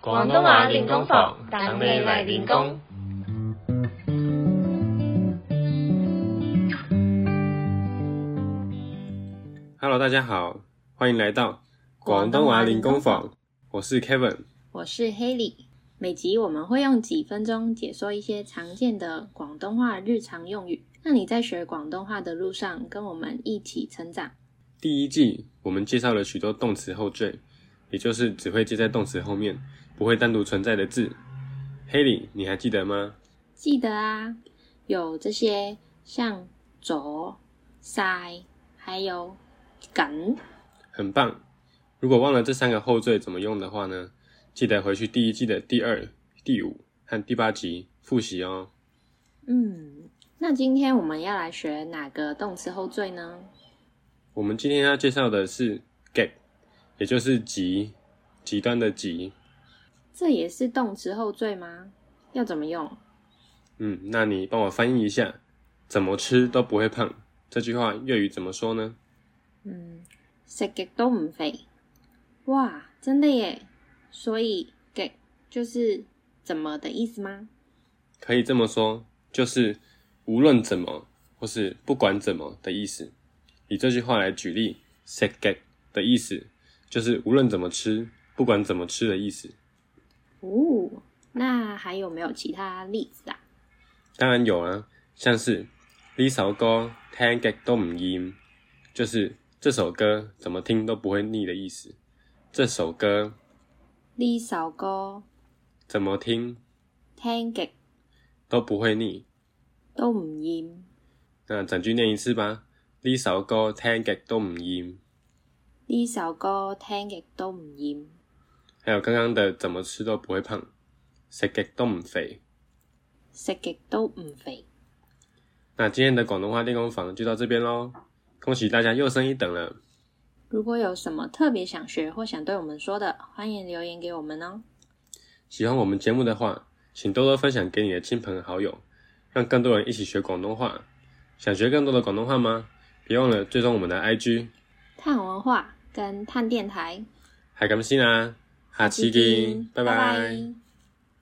广东话練功房，等你嚟練功。 Hello，大家好，欢迎来到广东娃话零练工功坊坊，我是 Kevin。我是 Haley。每集我们会用几分钟解说一些常见的广东话日常用语，让你在学广东话的路上跟我们一起成长。第一季我们介绍了许多动词后缀，也就是只会接在动词后面，不会单独存在的字。黑里，你还记得吗？记得啊，有这些像左、塞，还有梗。很棒！如果忘了这三个后缀怎么用的话呢？记得回去第一季的第二、第五和第八集复习哦。嗯，那今天我们要来学哪个动词后缀呢？我们今天要介绍的是 get，也就是极极端的极。这也是动词后缀吗？要怎么用？嗯，那你帮我翻译一下，怎么吃都不会胖这句话粤语怎么说呢？嗯，食極都唔肥，哇，真的耶！所以極就是怎么的意思吗？可以这么说，就是无论怎么或是不管怎么的意思。以这句话来举例食 get 的意思就是无论怎么吃，不管怎么吃的意思。哦，那还有没有其他例子啊？当然有啊，像是呢首歌听極都唔厭，就是这首歌怎么听都不会腻的意思。这首歌呢首歌怎么听聽極都不会腻。都唔厭，那整句念一次吧。呢首歌聽極都唔厭。呢首歌聽極都唔厭，還有剛剛的怎麼吃都不會胖，食極都唔肥。食極都唔肥。那今天的廣東話練功房就到這邊咯，恭喜大家又升一等了。如果有什么特别想学或想对我们说的，欢迎留言给我们哦。喜歡我們節目的話，請多多分享給你的親朋好友，讓更多人一起學廣東話。想學更多的廣東話嗎？別忘了追蹤我們的 IG。探文化跟探电台，啊係咁先啦，下次見，拜拜。拜拜